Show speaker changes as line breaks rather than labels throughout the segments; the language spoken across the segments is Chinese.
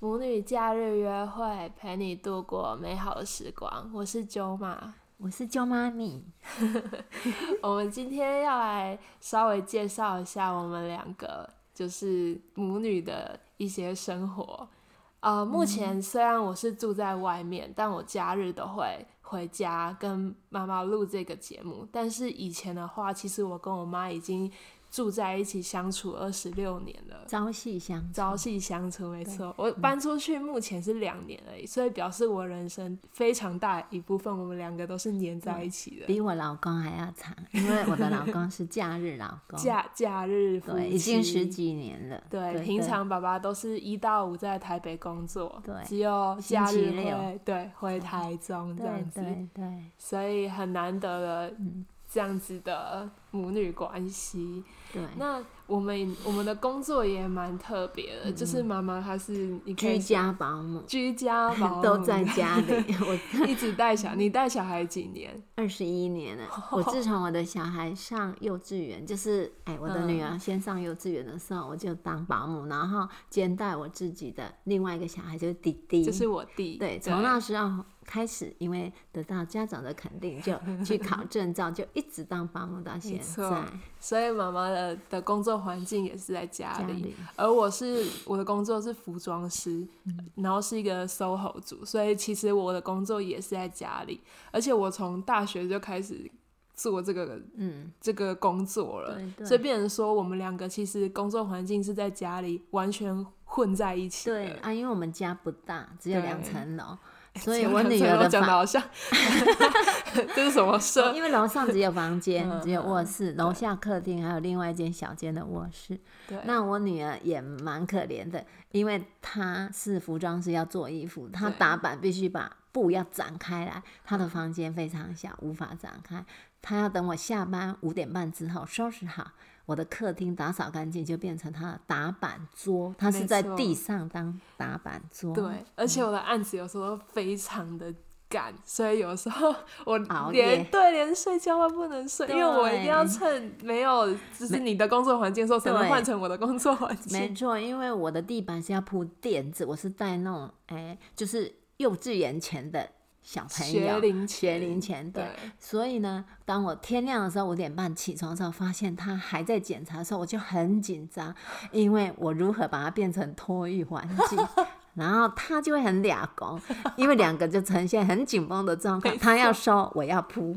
母女假日约会，陪你度过美好的时光。我是九马，
我是舅妈咪，
我们今天要来稍微介绍一下我们两个就是母女的一些生活。呃，目前虽然我是住在外面，但我假日都会回家跟妈妈录这个节目。但是以前的话，其实我跟我妈已经住在一起相处二十六年了。
朝夕相处。
朝夕相处，没错。
嗯
我搬出去目前是两年而已，所以表示我人生非常大一部分，我们两个都是黏在一起的。
比我老公还要长，因为我的老公是假日老 公，
假假日夫
对，已
妻
经十几年了。
对，平常爸爸都是一到五在台北工作，
对
只有假
星
日
期六
会对回台中这
对
样子，
对嗯对，
所以很难得了这样子的母女关系。
对，
那我们我们的工作也蛮特别的，就是妈妈她是你可以
嗯居家保姆
居 家保姆
都在家 里，我
一直带小，你带小孩几年？
二十一 年了。我自从我的小孩上幼稚园，就是哎，我的
嗯
女儿先上幼稚园的时候，我就当保姆，然后兼带我自己的另外一个小孩，就是弟弟，
就是我弟。
对，从那时候开始，因为得到家长的肯定， 就去考证照，就一直当保姆到现
错
在。
所以妈妈的的工作环境也是在家
家
里，
里
而我是我的工作是服装师，然后是一个 SOHO 组，所以其实我的工作也是在家里，而且我从大学就开始做这个
嗯，
这个工作了，
对对
所以变成说我们两个其实工作环境是在家里完全混在一起的。
对啊，因为我们家不大，只有
对
两层楼，所以我女儿
都
的
讲的
房，
好像 这是什么社
因为楼上只有房间，
嗯
只有卧室，楼下客厅，还有另外一间小间的卧室。
对，
那我女儿也蛮可怜的，因为她是服装师，要做衣服，她
对
打板必须把布要展开来，她的房间非常小，无法展开。她要等我下班五点半之后收拾好我的客厅，打扫干净，就变成她的打板桌。她是
没
在
错
地上当打板桌，
对，而
嗯
且我的案子有时候非常的赶，所以有时候我
熬
连
夜
对连睡觉都不能睡，因为我一定要
对
趁没有就是你的工作环境的时候，才能
对
换成我的工作环
没
境。
错，因为我的地板是要铺垫子，我是带那种哎、就是幼稚园前的小朋
学
友。
龄
学
前
龄前对
对，
所以呢，当我天亮的时候，五点半起床的时候，发现他还在检查的时候，我就很紧张，因为我如何把它变成托育环 境，然后他就会很俩工，因为两个就呈现很紧绷的状况，他要收，我要铺，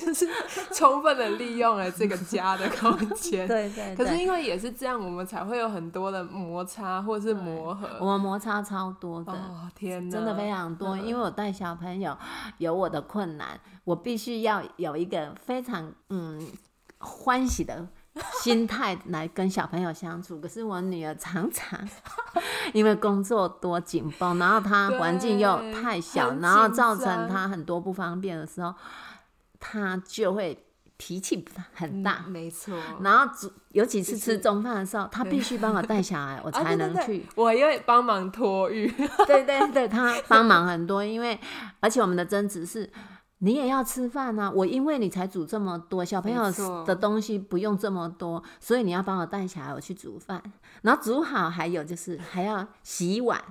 就是充分的利用了这个家的空间。
对对
可是。因为也是这样，我们才会有很多的摩擦或是磨合。
我摩擦超多的，
哦天哪，
真的非常多，
嗯
因为我带小朋友有我的困难，我必须要有一个非常嗯欢 喜的心态来跟小朋友相处。可是我女儿 常常因为工作多紧绷，然后她
对
环境又太小，
很
然后
紧
造成
张
她很多不方便的时候，她就会脾气很大。
嗯没错。
然后煮，尤其是
就是
吃中饭的时候，她必须 帮我带小孩，我
啊对
才能
对对
去
我因为帮忙托育，
对对对，他帮忙很多，因为而且我们的争执是。你也要吃饭啊！我因为你才煮这么多，小朋友
没错
的东西不用这么多，所以你要帮我带小孩我去煮饭，然后煮好，还有就是还要洗碗，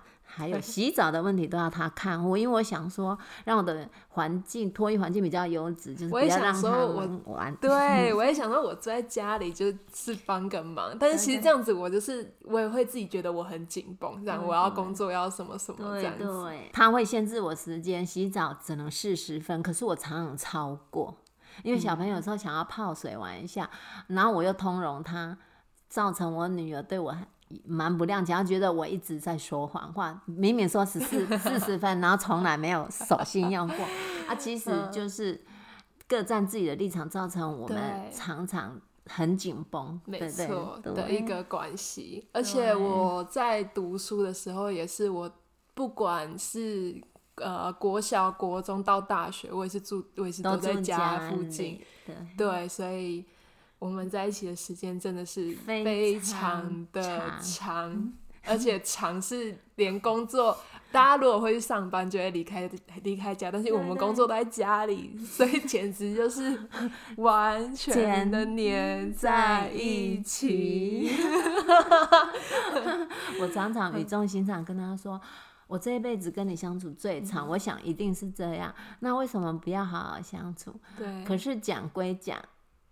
还有洗澡的问题都要他看护，因为我想说让我的环境脱衣环境比较优质，就是
我
不
也
要
想
让
说
他
我
们玩。
对，我也想说，我坐在家里就是帮个忙，但是其实这样子，我就是我也会自己觉得我很紧绷，这样我要
嗯
工作要什么什么这样子，
对，他会限制我时间，洗澡只能四十分，可是我常常超过，因为小朋友
嗯
有时候想要泡水玩一下，然后我又通融他，造成我女儿对我很蛮不谅解，她觉得我一直在说谎话，明明说十四四十分，然后从来没有守信用过，啊，其实
嗯
就是各站自己的立场，造成我们
对
常常很紧绷，
没
对不对
错
对
的一个关系。而且我在读书的时候，也是我不管是呃国小、国中到大学，我也是住，我也是
都
在
住
家
家
附
里
近，，
对。
对，所以。我们在一起的时间真的是
非
非
常
常的
长
长，而且长是连工作大家如果会去上班，就会离开离开家，但是我们工作都在家里， 所以简直就是完 全的粘在一起。
我常常语重心长跟他说。我这一辈子跟你相处最长，
嗯
我想一定是这样。那为什么不要好好相处？
对，
可是讲归讲，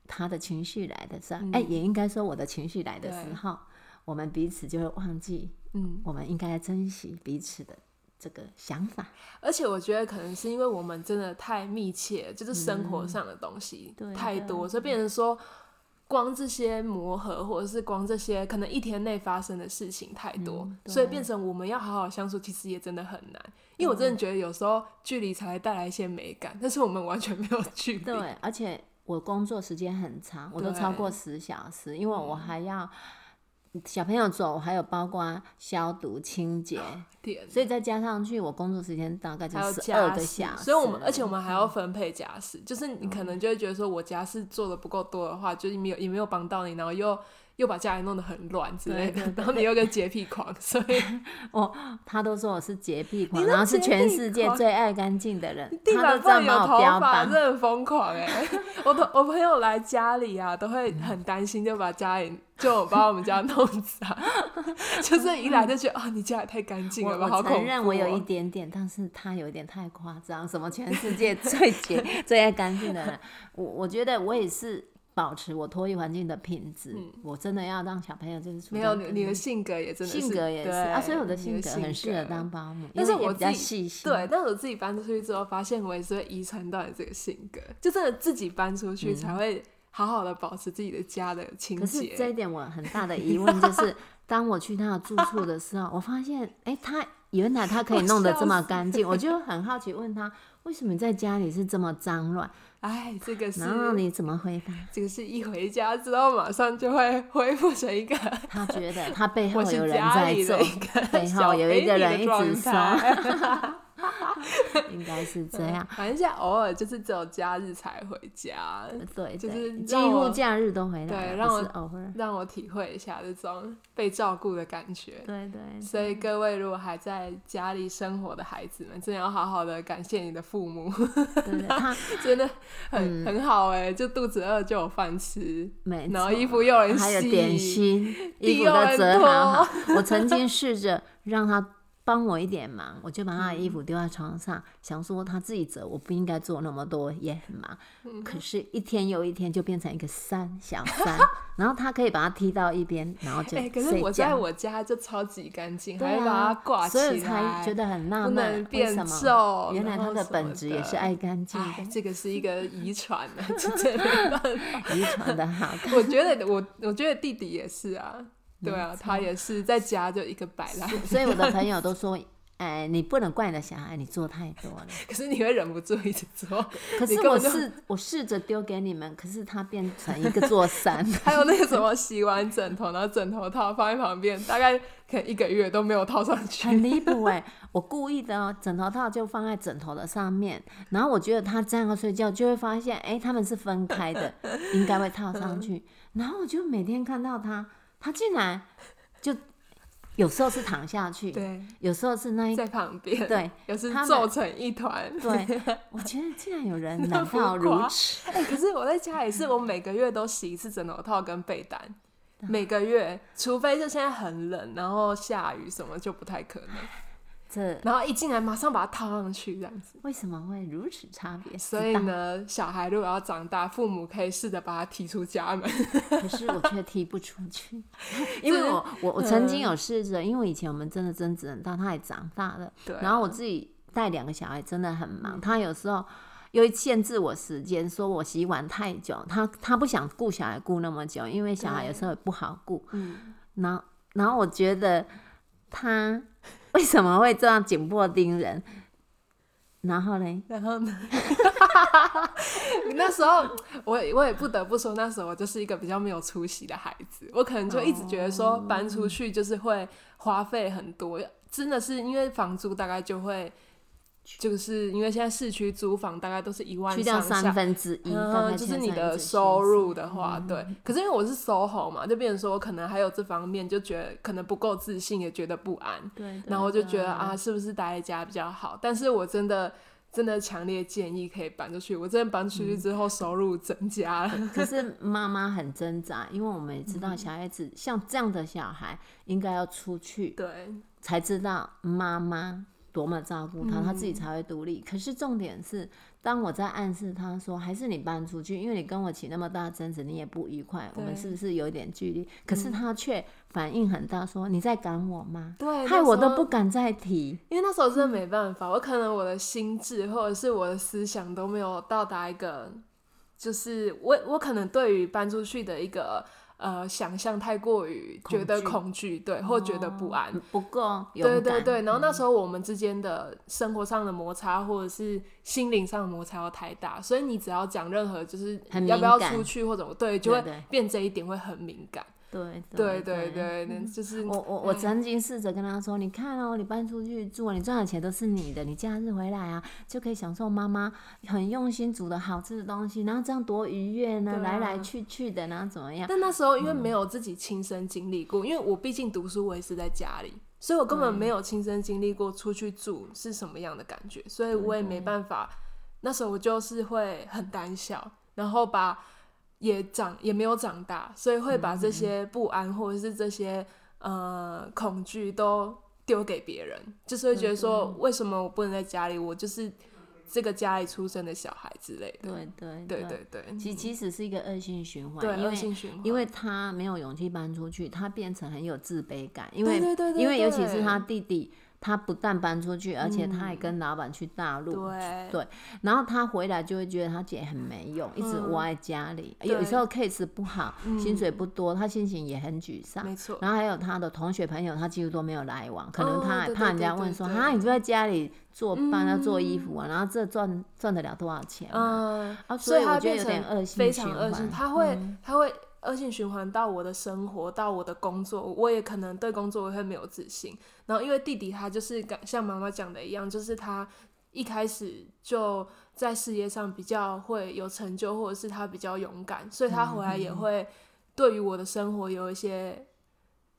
他的情绪来的时
嗯
候，哎、也应该说我的情绪来的时候，我们彼此就会忘记，
嗯，
我们应该珍惜彼此的这个想法。
而且我觉得可能是因为我们真的太密切，就是生活上的东西、
嗯对嗯
太多，所以变成说，光这些磨合，或者是光这些可能一天内发生的事情太多，
嗯对
所以变成我们要好好相处，其实也真的很难。因为我真的觉得有时候距离才会带来一些美感，但是我们完全没有距离。
对，而且我工作时间很长，我都超过十小时，因为我
嗯
还要小朋友走，还有包括消毒清洁，
点
所以再加上去，我工作时间大概就
啊还有
十
家
二
事
个小时。
所以我们而且我们还
嗯
要分配家事，就是你
哦
可能就会觉得说我家事做的不够多的话，就是没有也没有帮到你，然后又又把家里弄得很乱之类的，
对对对
然后你又个洁癖狂，所 以
他都说我是洁癖狂，
你是
然后是全
洁癖
世界
狂
最爱干净的人，
地
他
板
都这
放
样
有
帮
头
我标
发，
榜
真。的很疯狂哎、我朋我朋友来家里啊，都
嗯
会很担心，就把家里就把我们家弄脏， 就是一来就觉得啊，你家也太干净
我
了吧，
我
好恐怖、哦
承认我有一。点点，但是他有点太夸张，什么全世界 最洁最爱干净的人，我我觉得我也是保持我脱离环境的品质，我真的要让小朋友就是处
嗯没有
在
你，你的性格也真的是
性格也是
对
啊，所以我的
你
性
的
格
性
很适合
格
当保姆，
但是
因为也
我
比
自
较
己
细心，
对，但是我自己搬出去之后，发现我也是会遗传到你这个性格，就真的自己搬出去才会好好的保持自己的家的清
嗯可是
洁。
这一点我很大的疑 问就是，当我去他的住处的时候，我发现，哎、他原来他可以弄得这么干净，我就很好奇问他，为什么你在家里是这么脏乱？
哎，这个是
然后你怎么回答？
这个是一回家之后马上就会恢复成一个
他觉得他背后
我是
有人
家
在
里
做
的，一个
背
小
后有一
baby
个
的
人一
状
直说
态 嗯
应该是这样。
反正现在偶尔就是只有假日才回家，
呃对，
就
对
是
几
让
乎
我
假日都回来
对
了，
让
不
我
是偶尔。
让我体会一下这种被照顾的感觉。
对对，
所以各位如果还在家里生活的孩子们，真的要好好的感谢你的父母。
对 对，他
真的很、很好哎、就肚子饿就有饭吃，
嗯没
然后
错
衣服又有人洗，
哦还有点心，
地
衣服
又
都
很
折
多
好好。我曾经试着让他帮我一点忙，我就把他的
嗯
衣服丢在床上，想说他自己折，我不应该做那么多，也很忙。
嗯
可是，一天又一天就变成一个山小山， 然后他可以把它踢到一边，然后就
哎、可是
睡
我在
觉。
我家就超级干净，
对
还会把它
啊，
挂起
所
来，
以才觉得很纳
不能
闷，为
变
什么？
瘦。
原来
然
他
后
的
什
本
么
质也
的
是爱干净 的，
哎，这个是一个遗传 的，真的没办法。
遗传的 好看。
我觉得我，我觉得弟弟也是啊，对啊，他也是在家就一个摆烂，
所以我的朋友都说，哎，你不能怪你的小孩，你做太多了。
可是你会忍不住一直 做。
可
你
是
根
我
本就
试我试着丢给你们，可是它变成一个座山。
还有那个什么洗完枕头，然后枕头套放在旁边，大概可能一个月都没有套上去。
很离谱哎！我故意的哦，枕头套就放在枕头的上面，然后我觉得他这样睡觉就会发现，哎、他们是分开的，应该会套
嗯
上去。然后我就每天看到他，他竟然就有时候是躺下去，
对，
有时候是那一
在旁边，，
对
有时
他们
皱成一团。
对，我觉得竟然有人
那
难
浮
道如
夸
此？
哎、可是我在家也是，我每个月都洗一次枕头套跟被单，
啊
每个月，除非就现在很冷，然后下雨什么就不太可能。
这
然后一进来马上把它套上去这样子。
为什么会如此差别？
所以呢，小孩如果要长大，父母可以试着把他踢出家门。
可是我却踢不出去，因为我我我曾
嗯
经有试着，因为以前我们真的争执很大，他也长大了，
对啊
然后我自己带两个小孩真的很忙，他有时候。又限制我时间，说我洗碗太久，他他不想顾小孩顾那么久，因为小孩有时候也不好顾。
嗯，
然后然后我觉得他为什么会这样紧迫盯人？然后嘞，
然后呢， 那时候我我也不得不说，那时候我就是一个比较没有出息的孩子，我可能就一直觉得
哦
说搬出去就是会花费很多，真的是因为房租大概就会。就是因为现在市区租房大概都是一万
去掉
上
三
下，
分之一，大概
嗯，就
切
是你
三
的
分之一
收入的话，对。
嗯
可是因为我是 SOHO 嘛，就变成说我可能还有这方面，就觉得可能不够自信，也觉得不安，
对，
然后就觉
对
得啊，是不是待在家比较好？但是我真的真的强烈建议可以搬出去。我真的搬出去之后，收入增加了，
可是妈妈很挣扎，因为我们也知道小孩子、像这样的小孩应该要出去，
对，
才知道妈妈多么照顾
嗯
他，他自己才会独立。可是重点是，当我在暗示他说，还是你搬出去，因为你跟我起那么大争执，你也不愉快，我们
对嗯
是不是有点距离？可是他却反应很大，说你在赶我吗？
对
害
那
我
时
都
候
不敢再提。
因为那时候真的没办法，我可能我的心智或者是我的思想都没有到达一个，就是我我可能对于搬出去的一个呃想象太过于
恐
觉
惧
得恐惧，哦对，或觉得不安。
不够勇
对
敢。嗯
对对，然后那时候我们之间的生活上的摩擦，或者是心灵上的摩擦又太大，所以你只要讲任何就是
很敏
要不要
感
出去或者对，就会
对
变这一点会很敏感。
对
对
对嗯
对对，那就是
我我我曾经试着跟他说：“你看哦，你搬出去住，你赚的钱都是你的，你假日回来啊，就可以享受妈妈很用心煮的好吃的东西，然后这样多愉悦呢，
对啊
来来去去的，然后怎么样？
但那时
嗯
候因为没有自己亲身经历过，因为我毕竟读书我也是在家里，所以我根本
嗯
没有亲身经历过出去住是什么样的感觉，所以我也没办法。那时候我就是会很胆小，然后把也长也没有长大，所以会把
嗯
这些不安或者是这些呃恐惧都丢给别人，就是会觉得说为什么我不能在家里，我就是这个家里出生的小孩之类的。
对对
对对对，
其其实是一个恶性循环，
对
因
恶
为
性循环，
因为他没有勇气搬出去，他变成很有自卑感，因
对
为
对对对
因为尤其是
对嗯
他弟弟，他不但搬出去，而且他还跟老板去大陆，
对
对，然后他回来就会觉得他姐很没用，一直窝在家里。
嗯对嗯
有时候 case 不好，薪水不多，他心情也很沮丧。
没错。
然后还有他的同学朋友，他几乎都没有来往，可能
哦
他还
对
怕
对
人家
对
问
对
说：“
对嗯
啊，你就在家里做饭啊，做衣服啊，然后这赚赚得了多少钱啊
嗯，？”
啊，
所
以
它
我觉得
变成
有点恶性
非
循
常恶性，
环。嗯
它会、它会恶性循环到我的生活，到我的工作，我也可能对工作我会没有自信。然后因为弟弟他就是感像妈妈讲的一样，就是他一开始就在事业上比较会有成就，或者是他比较勇敢，所以他回
嗯
来也会对于我的生活有一些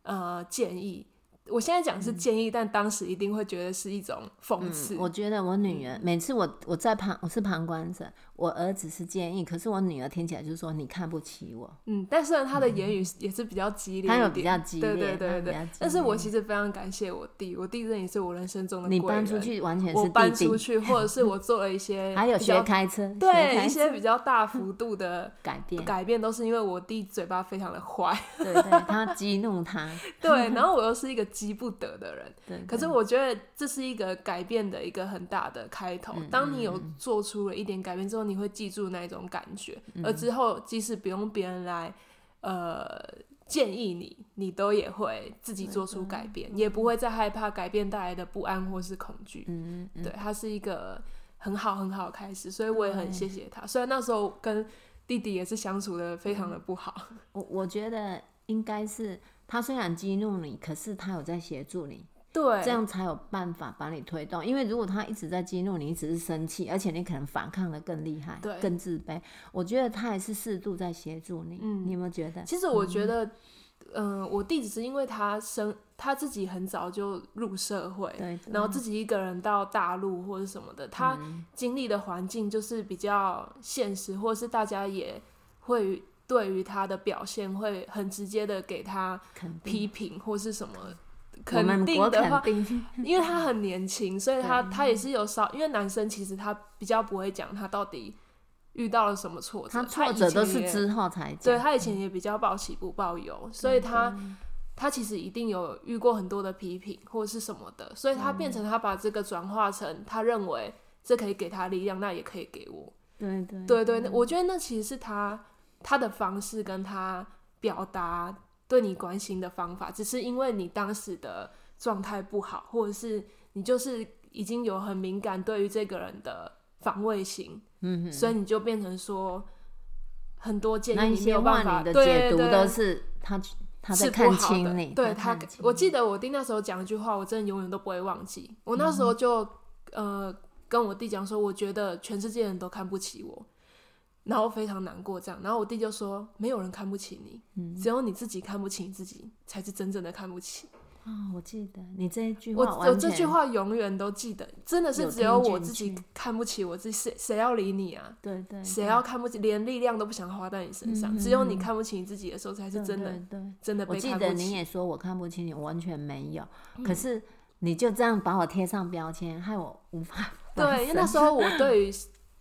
呃建议。我现在讲
嗯
是建议，但当时一定会觉得是嗯一种讽刺。
我觉得我女儿每次我我在旁我是旁观者，我儿子是建议，可是我女儿听起来就是说你看不起我，
嗯，但虽然他的言语也是比较激烈一点，
他有比较激烈
对对
他
对
有比较
对
激。
但是我其实非常感谢我弟，我弟真的是我人生中的
你
贵人
搬出，去完全
我
是
搬
弟
出
弟，
去，或者是我做了一些
还有
比较
学开车，学
对
开
一
车
些比较大幅度的
改变，
改变，都是因为我弟嘴巴非常的坏，
对对，他激 怒他，
对，然后我又是一个激不得的人，
对。
可是我觉得这是一个改变的一个很大的开头。
嗯
当你有做出了一点改变之后，你会记住那一种感觉，
嗯
而之后即使不用别人来呃建议你，你都也会自己做出改变，也不会再害怕改变带来的不安或是恐惧。
嗯，
对，它是一个很好很好的开始，所以我也很谢谢他。虽然那时候跟弟弟也是相处的非常的不好，
我我觉得应该是他虽然激怒你，可是他有在协助你，
对，
这样才有办法把你推动。因为如果他一直在激怒你，一直是生气，而且你可能反抗的更厉害，
对
更自卑。我觉得他也是适度在协助你，
嗯
你有没有觉得？
其实我觉得，嗯、我弟只是因为他生他自己很早就入社会，
对，嗯对
然后自己一个人到大陆或者什么的，他
嗯
经历的环境就是比较现实，或是大家也会对于他的表现会很直接的给他
肯定，
批评或是什么。
我
肯
们
定
国
的
肯
话，
定，
因为他很年轻，所以他
对
他也是有少，因为男生其实他比较不会讲他到底遇到了什么挫折，
他
他
挫
以
折都
前
是
也
之后才
对
讲，
他以前也比较报喜不报忧，所以他他其实一定有遇过很多的批评或者是什么的，所以他变成他把这个转化成他认为这可以给他力量，那也可以给我。
对对
对对，那我觉得那其实是他他的方式跟他表达对你关心的方法，只是因为你当时的状态不好，或者是你就是已经有很敏感对于这个人的防卫心，
嗯
嗯，所以你就变成说很多建
那
议
一
你没
些
有办
话
法
你的
对
解读
对
都是他他在
是
看
不好的
清你，
对他
看清，嗯
我记得我弟那时候讲一句话，我真的永远都不会忘记。我那时候就、呃跟我弟讲说，我觉得全世界人都看不起我，然后非常难过这样。然后我弟就说，没有人看不起你，
嗯
只有你自己看不起你自己，才是真正的看不起。
啊、我记得你这一句
我
话完全，
我这句话永远都记得，真的是
有
只有
听
我
进
自己
去
看不起我自己，谁谁要理你啊？
对对，
谁
对
要看不起，连力量都不想花在你身上，
嗯嗯嗯
只有你
嗯
看不起你自己的时候，才是
对
真的
对对
真的
我
被
记
看
得
不
你
起。
也说我看不起你，我完全没有。
嗯
可是你就这样把我贴上标签，害我无法翻
对，因为那
身
时候 我对于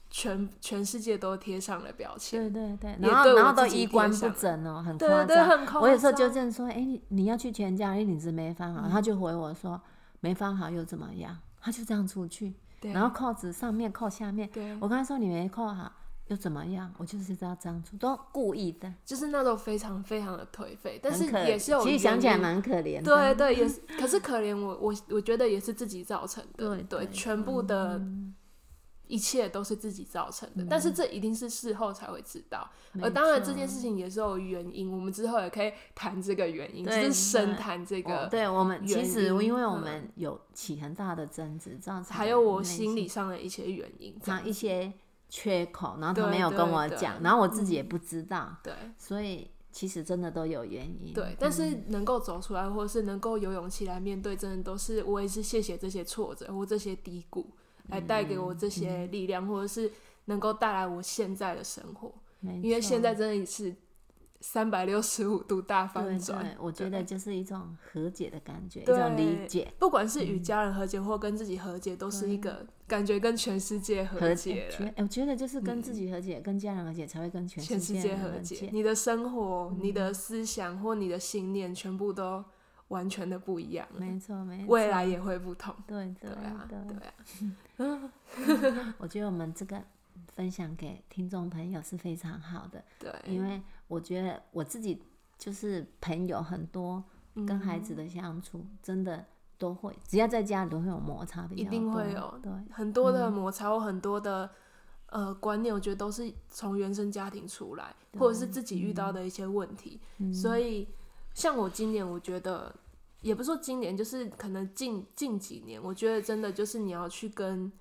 全全世界都贴上了标签，
对对对，
也
然后
对
然
我
后都
自己
衣
贴
冠
上
不
了
整哦，很
对
夸
对
张。
很夸
我有时候纠
张嗯
正说，哎，你你要去全家，哎，领子没翻好，他就回我说没翻好又怎么样？他就这样出去，
对嗯
然后扣子上面扣下面，
对，
我跟他说你没扣好又怎么样？我就是要这样出，都故意的，
就是那种非常非常的颓废，但是
很可
也是有
其实想起来
原因
蛮嗯可
对
怜的。
对，也是，可是可怜我，我我觉得也是自己造成的，
对对嗯
全部的一切都是自己造成
嗯
的，但是这一定是事后才会知道，
没
而呃当然
错
这件事情也是有原因，我们之后也可以谈这个原因，就
对
是
对
深谈这
我
个，
哦对我们其
原
实
因
因为我
嗯
们有起很大的争执，造成
还有我
内
心理上的一些原因，这
上
样
一些缺口，然后他
对
没有跟
对嗯
我
对
讲，然后我自己也不知道。
对
所以其实真的都有原因。
对，但是
嗯
能够走出来，或者是能够有勇气来面对，真的都是我也是谢谢这些挫折或这些低谷，来带给我
嗯
这些力量，或者是能够带来我现在的生活。
没
因为
错
现在真的是三百六十五度大
对
翻转。
对，我觉得就是一种和解的感觉，一
对
种理解。
不管是
嗯
与家人和解或跟自己和解，都是一个感觉跟全世界和解
觉
了，嗯
哎我觉得就是跟自己和解，跟家人和解，才会跟全
全世界
界
和解
解。。
你的生活、你
嗯
的思想或你的信念，全部都完全的不一样了，
没错，没错。
未来也会不同。
对对
对啊，
对，
对啊，
我觉得我们这个分享给听众朋友是非常好的，
对，
因为我觉得我自己就是朋友很多，
嗯
跟孩子的相处真的都会，只要在家里都会有摩擦比较
一
多，
定会有
对。
很多的摩擦或很多的呃观念，我觉得都是从原生家庭出来，或者是自己遇到的一些问题。所以，像我今年，我觉得也不是说今年，就是可能近近几年，我觉得真的就是你要去跟。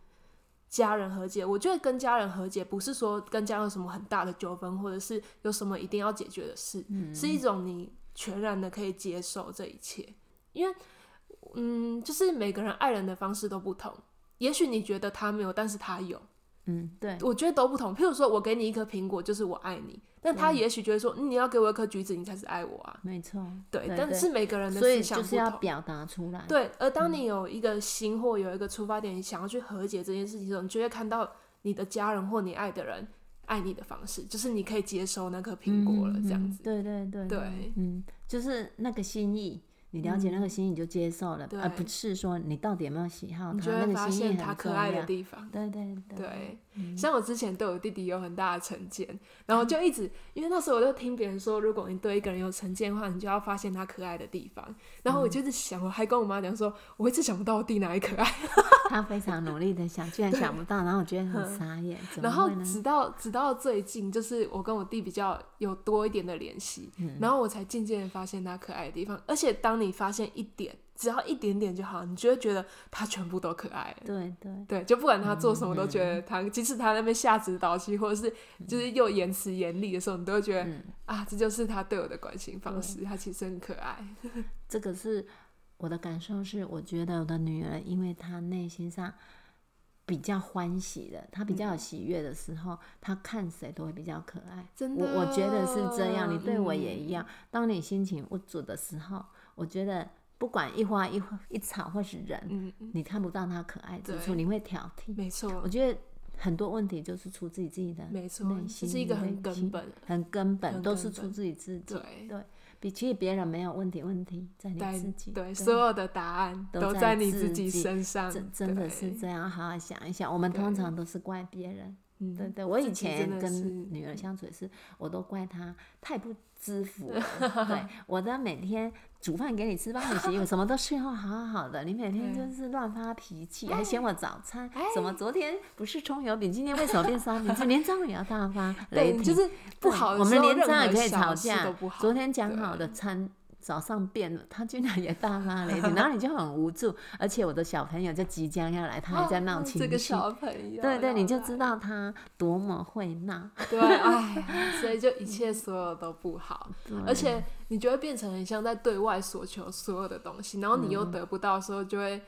家人和解，我觉得跟家人和解不是说跟家人有什么很大的纠纷，或者是有什么一定要解决的事，是一种你全然的可以接受这一切，因为，嗯，就是每个人爱人的方式都不同，也许你觉得他没有，但是他有，
嗯，对，
我觉得都不同。譬如说我给你一颗苹果，就是我爱你，但他也许觉得说、嗯你要给我一颗橘子，你才是爱我啊。
没错，
对，
对
但是每个人的
所以
思
就
想
是
不
要
同。
表达嗯出来。
对，而当你有一个心或有一个出发点，你想要去和解这件事情的时候，你就会看到你的家人或你爱的人爱你的方式，就是你可以接受那颗苹果了，这样子。
嗯对对对
对
嗯，就是那个心意，你了解那个心意你就接受了，
嗯对
而不是说你到底有没有喜好
你就
他，嗯那
会
个
发
心
现
意
他
很
可
重
爱
要
的。地方。
对对对，
对，
嗯
像我之前对我弟弟有很大的成见，然后就一直，因为那时候我就听别人说，如果你对一个人有成见的话，你就要发现他可爱的地方。然后我
嗯
就是想，我还跟我妈讲说，我一直想不到我弟哪里可爱。
他非常努力的想，居然想不到，然后我觉得很傻眼，怎么
嗯然后
会呢？
直到直到最近，就是我跟我弟比较有多一点的联系，
嗯
然后我才渐渐地发现他可爱的地方。而且当你发现一点，只要一点点就好，你就会觉得他全部都可爱了。
对对，
对，就不管他
嗯
做什么，都觉得他，即使他那边下指导棋，或者是
嗯
就是又言辞严厉的时候，你都会觉得、啊，这就是他对我的关心方式，他其实很可爱。
这个是我的感受是，我觉得我的女儿，因为她内心上比较欢喜的，她比
嗯
较有喜悦的时候，她看谁都会比较可爱。
真的
我我觉得是这样，你对我
嗯
也一样。当你心情不足的时候，我觉得不管一花一花一草或是人，
嗯，
你看不到她可爱之处，
对
你会挑剔。
没错
我，觉得很多问题就是出自己自己的
没错
内，
这
心
是一个很
内
根
心
本。
很根本，
很
都
根
是出
本
自己自己。
对
对，比起别人没有问题，问题在你
但
自己。
对，所有的答案
都
都
在
在你
自
自己
己
身上，
真真的是
对
这样，好好想一想。我们通常都是怪别人，
嗯
对对。我以
自己真
前
的
跟
是
女儿相处也是，我都怪她太不知福 了。对，我都每天煮饭给你吃，帮你洗衣服，什么都伺候好好的，你每天就是乱发脾气，
哎
还嫌我早餐什么。昨天不是葱油饼，今天为什么 变烧饼？这连这样也要大发
对，
雷霆，
就是不
对
好的
我
时
们
候
连
任
这样也
何
可以
小
吵
事
架
都不。好
昨天讲好的餐早上便了，他居然也大拉 了一点，然后你就很无助，而且我的小朋友就即将要来，他还在闹
哦
情绪，
这个小朋友，
对对，你就
道。
知道他多么会闹，
对，哎，所以就一切所有都不好，
对
而且你就会变成很像在对外索求所有的东西，然后你又
嗯
得不到的时候，就会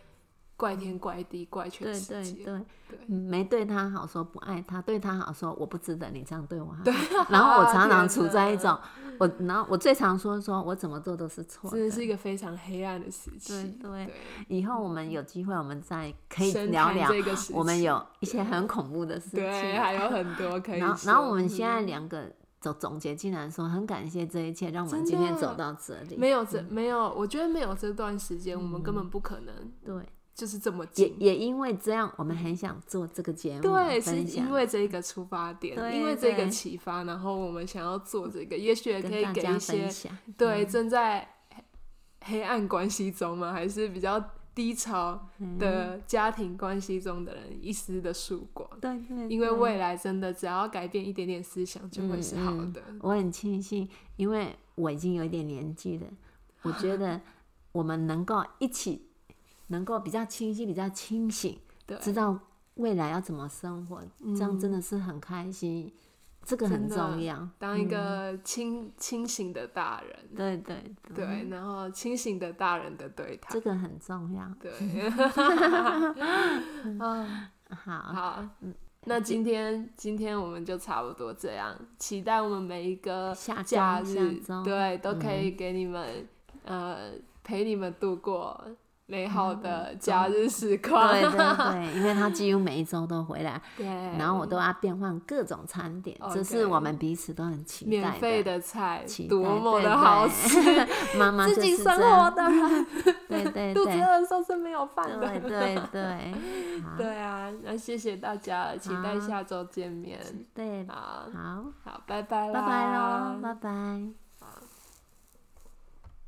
怪天怪地怪全
对
世
对
界。
对，
对
嗯没对他好说不爱他，对他好说我不值得你这样对我好。然后我常常 处在一种我，然后我最常说说我怎么做都是错
真的
的。
是一个非常黑暗的时期。
对对
对，嗯
以后我们有机会，我们再可以
深
聊
谈
聊
这个时
我们
期
有一些很恐怖的事情。
对，还有很 多可以说。嗯
然后，然后我们现在两个总总结，竟然说很感谢这一切，让我们
真
今天
的
走到这里。
没有这没有，我觉得没有这段时间，我们根本不可能
对，
就是这么
嗯也
近。
也因为这样，我们很想做这个节目，
对，是
嗯分享
因为这个出发点，
对
因为这个
对
启发，然后我们想要做这个，也许也可
跟
以
大
给
家
一些
分享。嗯
对正在黑黑暗关系中嘛，还是比较低潮
嗯
的家庭关系中的人一丝的曙光。
对对，
因为
对
未来真的只要改变一点点思想，就会是好
嗯
的。
我很庆幸，因为我已经有一点年纪了，我觉得我们能够一起，能够比较清晰、比较清醒，
对，嗯
知道未来要怎么生活，这样真的是很开心，这个很
真的
重要。
当一个
嗯
清、清醒的大人，
对对对，
对，然后清醒的大人的对他
这，个很重要。
对， 啊，
好，嗯
好，那今天今天我们就差不多这样，期待我们每一个
下周
假日
下周，嗯
对，都可以给你们、呃陪你们度过美好的假日时光，
对对对，因为他几乎每一周都回来，
对，
然后我都要变换各种餐点，这是
OK
我们彼此都很期待
免费
的。
的菜
期，待
多么的
对
好
对
吃，
妈妈
自己
就是
生
这样
活当 然，
对对
肚子
对，
饿的时候是没有饭的。
对对对，好，
对啊，那谢谢大家，期待
好
下周见面。
对，
好，
好，
好，拜拜
拜
啦，
拜喽，拜拜。